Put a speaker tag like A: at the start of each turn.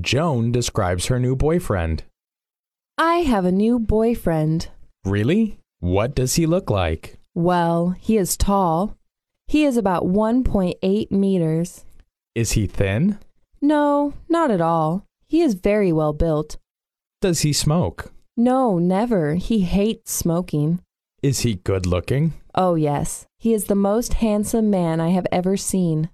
A: Joan describes her new boyfriend.
B: I have a new boyfriend.
A: Really? What does he look like?
B: Well, he is tall. He is about 1.8 meters.
A: Is he thin?
B: No, not at all. He is very well built.
A: Does he smoke?
B: No, never. He hates smoking.
A: Is he good looking?
B: Oh, yes. He is the most handsome man I have ever seen.